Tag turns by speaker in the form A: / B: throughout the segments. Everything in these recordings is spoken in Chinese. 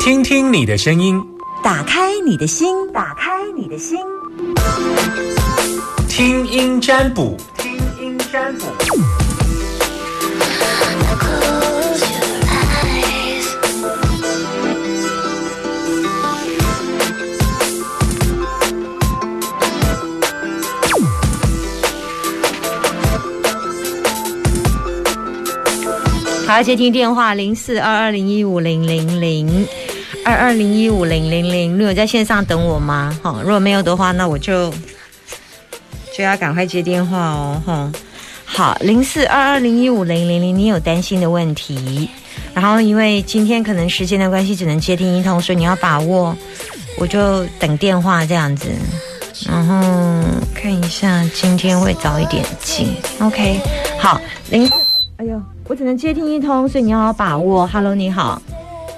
A: 听听你的声音，
B: 打开你的心，打开你的心，
A: 听音占卜，听音占卜。
C: Close your eyes.
D: 好，接听电话零四二二零一五零零零二二零一五零零零。如果在线上等我吗？哈、如果没有的话，那我就就要赶快接电话哦，哈、好，零四二二零一五零零零，你有担心的问题，然后因为今天可能时间的关系，只能接听一通，所以你要把握，我就等电话这样子。然后看一下呃今天会早一点进，OK，好，零，哎呦，我只能接听一通，所以你要把握。Hello，你好，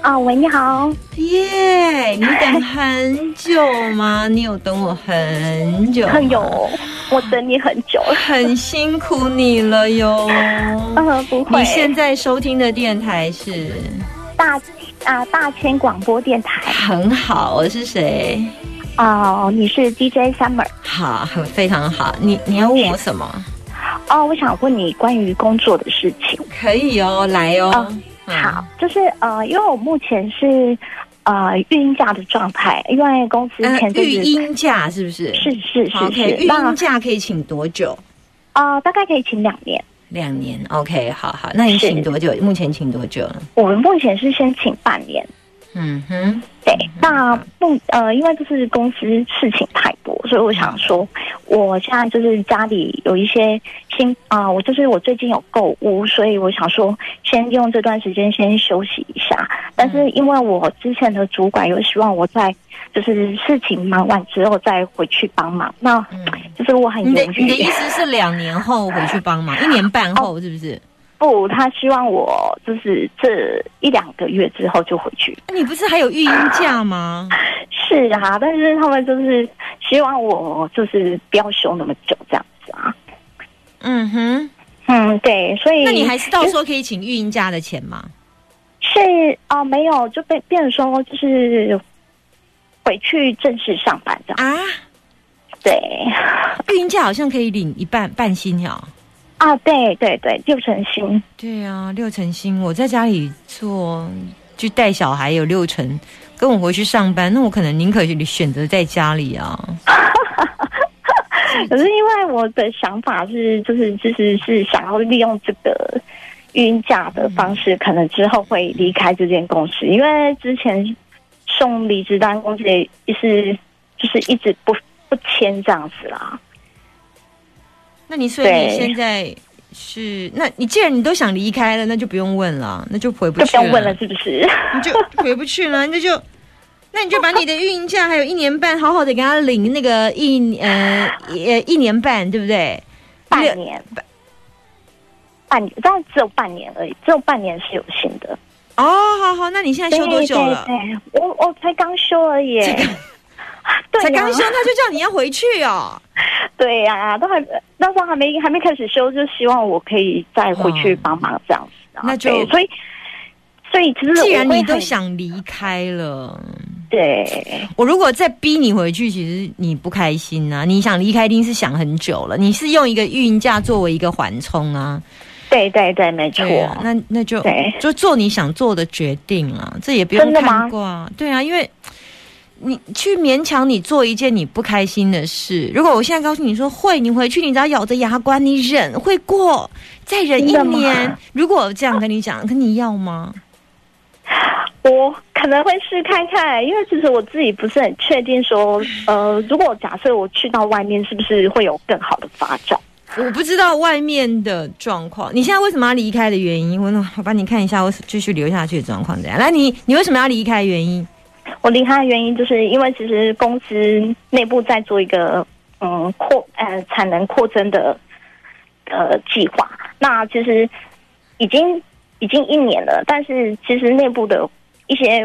E: 啊，喂，你好。
D: 耶、你等很久吗？你有等我很久吗，
E: 朋友，我等你很久了。
D: 很辛苦你了哟。
E: 嗯，不会。
D: 你现在收听的电台是
E: 大啊大千广播电台
D: 很好，我是谁？
E: 哦、你是 DJ Summer
D: 好，很非常好。你你要问我什么？
E: 哦我想问你关于工作的事情。
D: 可以哦，来哦。嗯
E: 好，，就是呃，因为我目前是呃孕假的状态，因为公司
D: 呃
E: 前，阵
D: 育
E: 子、
D: 婴假是不是？
E: 是是
D: 好
E: 是
D: ，OK。
E: 是，
D: 育
E: 那
D: 婴假可以请多久？
E: 呃大概可以请两年。
D: 两年，OK，好好。那你
E: 是
D: 请多久？目前请多久了？
E: 我们目前是先请半年。
D: 嗯哼，
E: 对，那不呃，因为就是公司事情太多，所以我想说，我现在就是家里有一些新啊、我就是我最近有购物，所以我想说先用这段时间先休息一下。但是
D: 嗯
E: 因为我之前的主管有希望我在就是事情忙完之后再回去帮忙，那
D: 嗯。
E: 就是我很
D: 你的
E: 犹
D: 你的意
E: 豫。
D: 思是两年后回去帮忙，一年半后
E: 哦
D: 是不是？
E: 不，他希望我就是这一两个月之后就回去。
D: 那啊你不是还有育婴假吗？
E: 是啊，但是他们就是希望我就是不要休那么久这样子啊。
D: 嗯哼，
E: 嗯，对，嗯所以
D: 那你还是到时候可以请育婴假的钱吗？
E: 是啊、哦没有就被变成说就是回去正式上班这样。
D: 啊，
E: 对
D: 育婴假好像可以领一半半薪哦。
E: 啊，对对对，六成新
D: 对啊，六成薪，我在家里做就带小孩有六成，跟我回去上班，那我可能宁可选择在家里啊。
E: 可是因为我的想法是就是就是是想要利用这个。孕假的方式，可能之后会离开这间公司，因为之前送离职单，公司也是就是一直不不签这样子啦。
D: 那你所以你
E: 对
D: 现在是，那你既然你都想离开了，那就不用问了，那就回不啊
E: 就
D: 去
E: 不用问了，是不是？
D: 你就回不去了，那就。那你就把你的运营假还有一年半，好好的给他领那个一呃呃一年半，对不对？
E: 半年，半年，但只有半年而已，只有半年是有薪的。
D: 哦，好好，那你现在休多久了？
E: 对对对我我才刚休而已。 对呀啊
D: 才刚休，他就叫你要回去哦。
E: 对呀、都还那时候还没还没开始休，就希望我可以再回去帮忙这样子啊。
D: 那就
E: 对所以所以其实
D: 既然
E: 我会
D: 你都
E: 很
D: 想离开了，
E: 对
D: 我如果再逼你回去，其实你不开心啊。你想离开，一定是想很久了。你是用一个运营假作为一个缓冲啊。
E: 对对对，没错。
D: 对啊，那那就
E: 对
D: 就做你想做的决定啦，这也不用
E: 真的吗
D: 看挂。对啊，因为你去勉强你做一件你不开心的事。如果我现在告诉你说会，你回去你只要咬着牙关，你忍会过，再忍一
E: 真的吗
D: 年。如果我这样跟你讲，可你要吗？
E: 我可能会试看看，因为其实我自己不是很确定说，呃，如果假设我去到外面，是不是会有更好的发展？
D: 我不知道外面的状况。你现在为什么要离开的原因？我我帮你看一下，我继续留下去的状况怎样。来，你你为什么要离开？原因？
E: 我离开的原因就是因为其实公司内部在做一个嗯扩呃产能扩增的呃计划，那其实已经已经一年了，但是其实内部的一些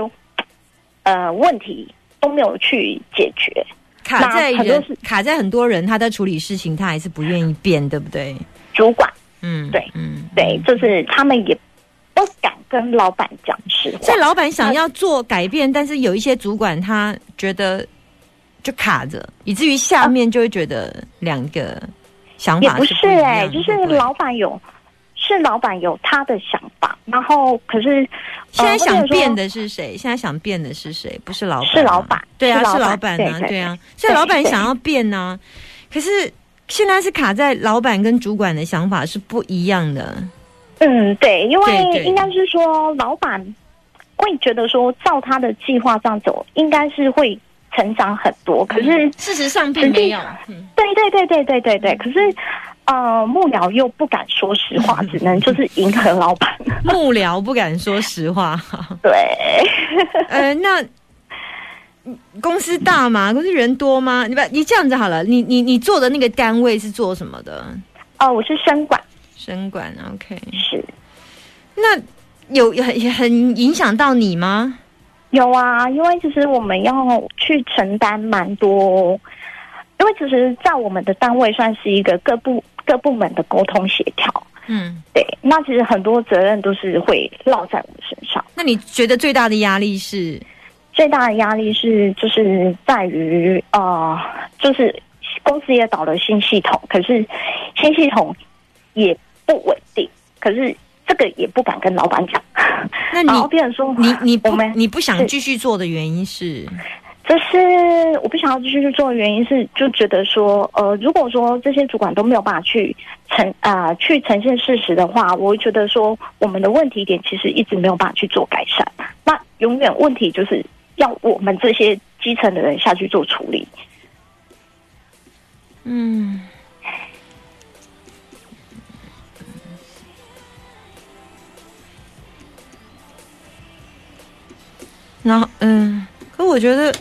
E: 呃问题都没有去解决。
D: 卡在
E: 那很多
D: 人
E: 事，
D: 卡在很多人，他在处理事情，他还是不愿意变，对不对？
E: 主管
D: 嗯，
E: 对
D: 嗯，
E: 对，就是他们也不敢跟老板讲实话
D: 所以。老板想要做改变，但是有一些主管他觉得就卡着，以至于下面就会觉得两个想
E: 也
D: 法
E: 不
D: 是
E: 是
D: 不一
E: 哎、
D: 样
E: 就是
D: 对不对
E: 老板有，是老板有他的想法，然后可是
D: 现在想变。
E: 呃或者说
D: 的是谁？现在想变的是谁？不是老板啊，
E: 是老板
D: 对啊，
E: 是老
D: 是
E: 板
D: 老板
E: 对
D: 啊，
E: 对
D: 对啊。所以老板
E: 对
D: 想要变呢、可是现在是卡在老板跟主管的想法是不一样的。
E: 嗯，对，因
D: 对对
E: 为应该是说老板会觉得说照他的计划这样走，应该是会成长很多。
D: 嗯
E: 可是，
D: 事实上
E: 并没有
D: 嗯
E: 对对对对对对对，可是。呃，幕僚又不敢说 实话，只能就是迎合老板。
D: 幕僚不敢说实话。
E: 对，
D: 呃，那嗯公司大吗？公司人多吗？你把你这样子好了，你你你做的那个单位是做什么的？
E: 哦、我是生管
D: 生管，OK。
E: 是
D: 那有很很影响到你吗？
E: 有啊，因为其实我们要去承担蛮多，因为其实，在我们的单位算是一个各部各部门的沟通协调，
D: 嗯，
E: 对，那其实很多责任都是会落在我们身上。
D: 那你觉得最大的压力是？
E: 最大的压力是就是在于呃，就是公司也导了新系统，可是新系统也不稳定，可是这个也不敢跟老板讲，
D: 那你
E: 然后别人说
D: 你你
E: 我
D: 不
E: 们
D: 你不想
E: 是
D: 继续做的原因是？
E: 就是我不想要继续去做的原因是，就觉得说，呃，如果说这些主管都没有办法去呈啊、去呈现事实的话，我会觉得说我们的问题点其实一直没有办法去做改善。那永远问题就是要我们这些基层的人下去做处理。
D: 嗯。然后，嗯，可我觉得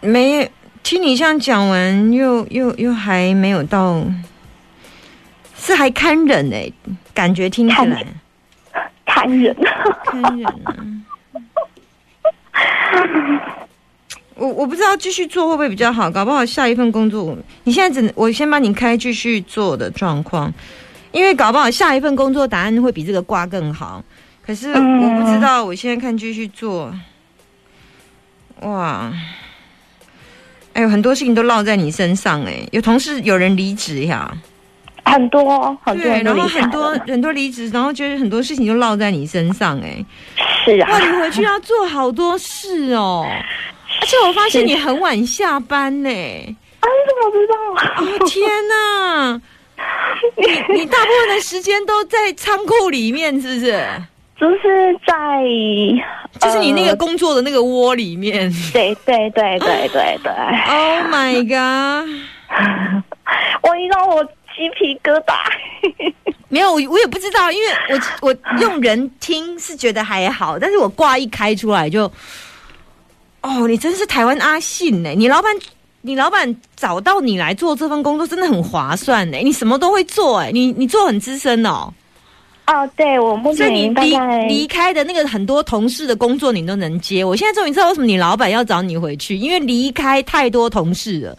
D: 没听你这样讲完，又又又还没有到，是还堪忍哎、感觉听起
E: 堪
D: 来
E: 忍看 人，
D: 堪忍啊。我我不知道继续做会不会比较好，搞不好下一份工作我，你现在只能我先帮你开继续做的状况，因为搞不好下一份工作答案会比这个挂更好。可是
E: 嗯
D: 我不知道，我现在看继续做，哇，哎呦，很多事情都落在你身上哎、有同事有人离职呀，
E: 很多哦很多
D: 对，
E: 人都
D: 然后
E: 离开
D: 很多
E: 了，
D: 很多离职，然后就是很多事情就落在你身上哎、
E: 是啊
D: 哇，，你回去要做好多事哦，而且我发现你很晚下班呢。
E: 啊，你怎么知
D: 哦
E: 道？
D: 天哪，你你大部分的时间都在仓库里面，是不是？
E: 就是在，
D: 就是你那个
E: 呃
D: 工作的那个窝里面。
E: 对对对对对对，
D: Oh my god！
E: 我一让我鸡皮疙瘩。
D: 没有，我我也不知道，因为我我用人听是觉得还好，但是我挂一开出来就，哦，你真是台湾阿信欸呢、你老板，你老板找到你来做这份工作真的很划算欸呢、你什么都会做哎、你你做很资深哦，
E: 哦，对，我目
D: 所以
E: 前已
D: 你
E: 经大
D: 离
E: 概
D: 离开的那个很多同事的工作你都能接。我现在终于知道为什么你老板要找你回去，因为离开太多同事了，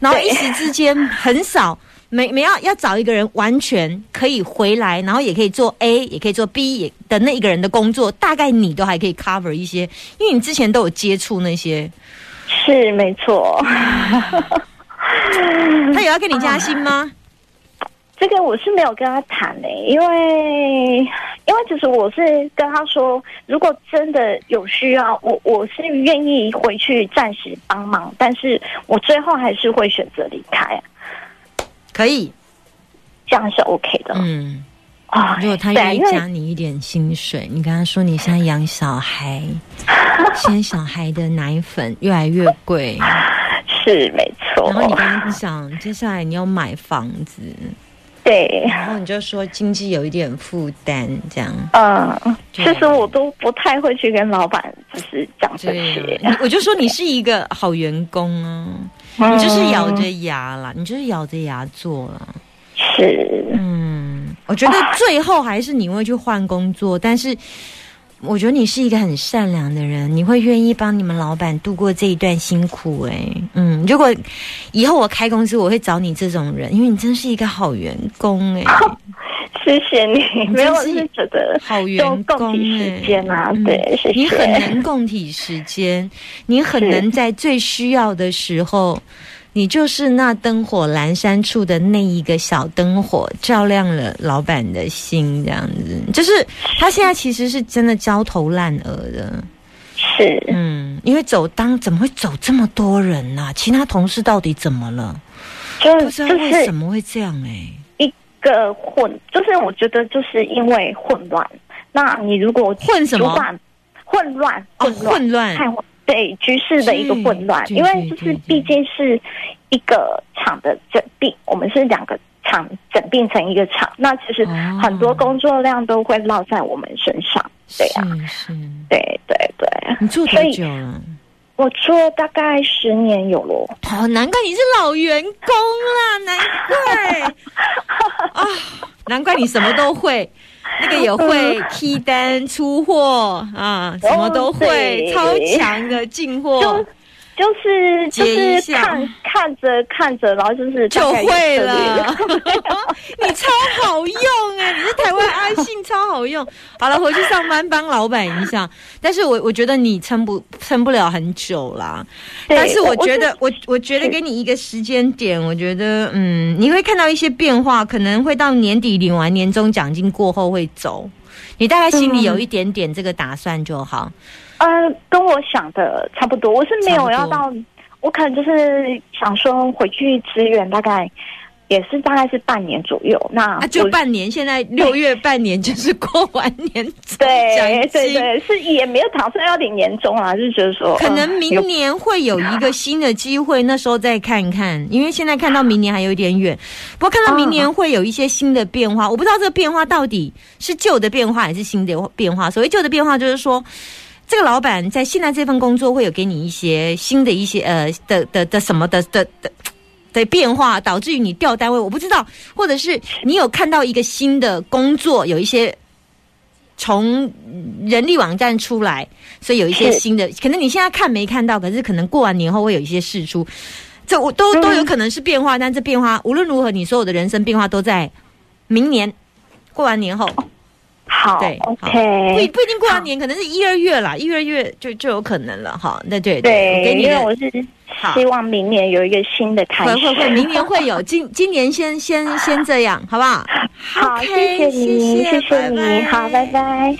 D: 然后一时之间很少。每每要要找一个人完全可以回来，然后也可以做 A，也可以做 B 也的那一个人的工作，大概你都还可以 cover 一些，因为你之前都有接触那些。
E: 是没错，
D: 他有要跟你加薪吗？
E: 这个我是没有跟他谈的、因为因为其实我是跟他说，如果真的有需要，我我是愿意回去暂时帮忙，但是我最后还是会选择离开，
D: 可以，
E: 这样是 OK 的
D: 嗯。
E: 啊、
D: 如果他
E: 对，
D: 愿意
E: 因为
D: 加你一点薪水，你跟他说你现在养小孩，现在小孩的奶粉越来越贵，
E: 是没错嗯
D: 然，后你跟他讲，接下来你要买房子，
E: 对，
D: 然后你就说经济有一点负担，这样。
E: 嗯，其
D: 对
E: 实我都不太会去跟老板就是讲这
D: 对
E: 些，
D: 啊，你我就说你是一个好员工啊，
E: 嗯
D: 你就是咬着牙啦，你就是咬着牙做啦。
E: 是。
D: 嗯，我觉得最后还是你会去换工作，但是我觉得你是一个很善良的人，你会愿意帮你们老板度过这一段辛苦、哎，嗯，如果以后我开公司，我会找你这种人，因为你真是一个好员工、哎，
E: 谢谢你，没有，
D: 真
E: 我
D: 是
E: 是觉得
D: 好
E: 就
D: 员
E: 共
D: 工
E: 体时
D: 哎
E: 间啊，
D: 嗯
E: 对，谢谢。
D: 你很能共体时间，你很能在最需要的时候，你就是那灯火阑珊处的那一个小灯火，照亮了老板的心，这样子。就是他现在其实是真的焦头烂额的，
E: 是，
D: 嗯，因为走当怎么会走这么多人呐、其他同事到底怎么了？
E: 就
D: 不知道
E: 就
D: 为
E: 是
D: 什么会这样哎、
E: 一个混，就是我觉得就是因为混乱。那你如果
D: 混什么
E: 主管？混乱，
D: 哦，
E: 混乱，
D: 混乱，
E: 太混对局势的一个混乱，
D: 对对
E: 因为就是
D: 对对
E: 毕竟是一个厂的整并，我们是两个厂整并成一个厂，那其实
D: 哦
E: 很多工作量都会落在我们身上。对啊，
D: 是是。
E: 对对对，
D: 你做
E: 所
D: 多
E: 以
D: 久了？
E: 我做大概十年有咯。
D: 哦，难怪你是老员工啦，难怪啊、难怪你什么都会，那个也
E: 嗯
D: 会批单、出货啊，什么都会，
E: 哦对
D: 超强的进货
E: 就就是就
D: 接一
E: 是
D: 下
E: 看看着看着，然后就是大
D: 就
E: 概
D: 会
E: 有这里
D: 了。 你超好用哎、你是台湾阿信，超好用。好了，回去上班帮老板一下。但是我我觉得你撑不撑不了很久啦。
E: 对
D: 但是我觉得，
E: 我
D: 我我觉得给你一个时间点，我觉得，嗯，你会看到一些变化，可能会到年底领完年终奖金过后会走，你大概心里有一点点这个打算就好。
E: 呃，跟我想的差不多，我是没有
D: 差
E: 要
D: 不多
E: 到，我可能就是想说回去支援，大概也是大概是半年左右。那
D: 啊，就
E: 我
D: 半年，现在六月半年就是过完年终奖金，
E: 对对对，是也没有打算要领年终啊，就是觉得说
D: 可能
E: 呃
D: 明
E: 有
D: 年会有一个新的机会，那时候再看看，因为现在看到明年还有一点远。不过看到明年会有一些新的变化，我不知道这个变化到底是旧的变化还是新的变化。所谓旧的变化，就是说。这个老板在现在这份工作会有给你一些新的一些呃的的的什么的的的的变化，导致于你调单位，我不知道，或者是你有看到一个新的工作，有一些从人力网站出来，所以有一些
E: 是嗯
D: 新的，可能你现在看没看到，可是可能过完年后会有一些事出，这我都
E: 嗯
D: 都有可能是变化，但这变化无论如何，你所有的人生变化都在明年过完年后，
E: 好
D: 对好不一
E: ，OK，
D: 不一定过完年，可能是一二月啦，一二月就就有可能了哈。那对我给
E: 对，
D: 你
E: 因为
D: 的
E: 我是
D: 好
E: 希望明年有一个新的开
D: 会
E: 始。
D: 会会，明年会 有，今今年先先先这样，好不好？
E: 好，
D: OK，
E: 谢谢你，
D: 谢谢
E: 谢谢
D: 拜
E: 你，
D: 拜
E: 好，拜拜。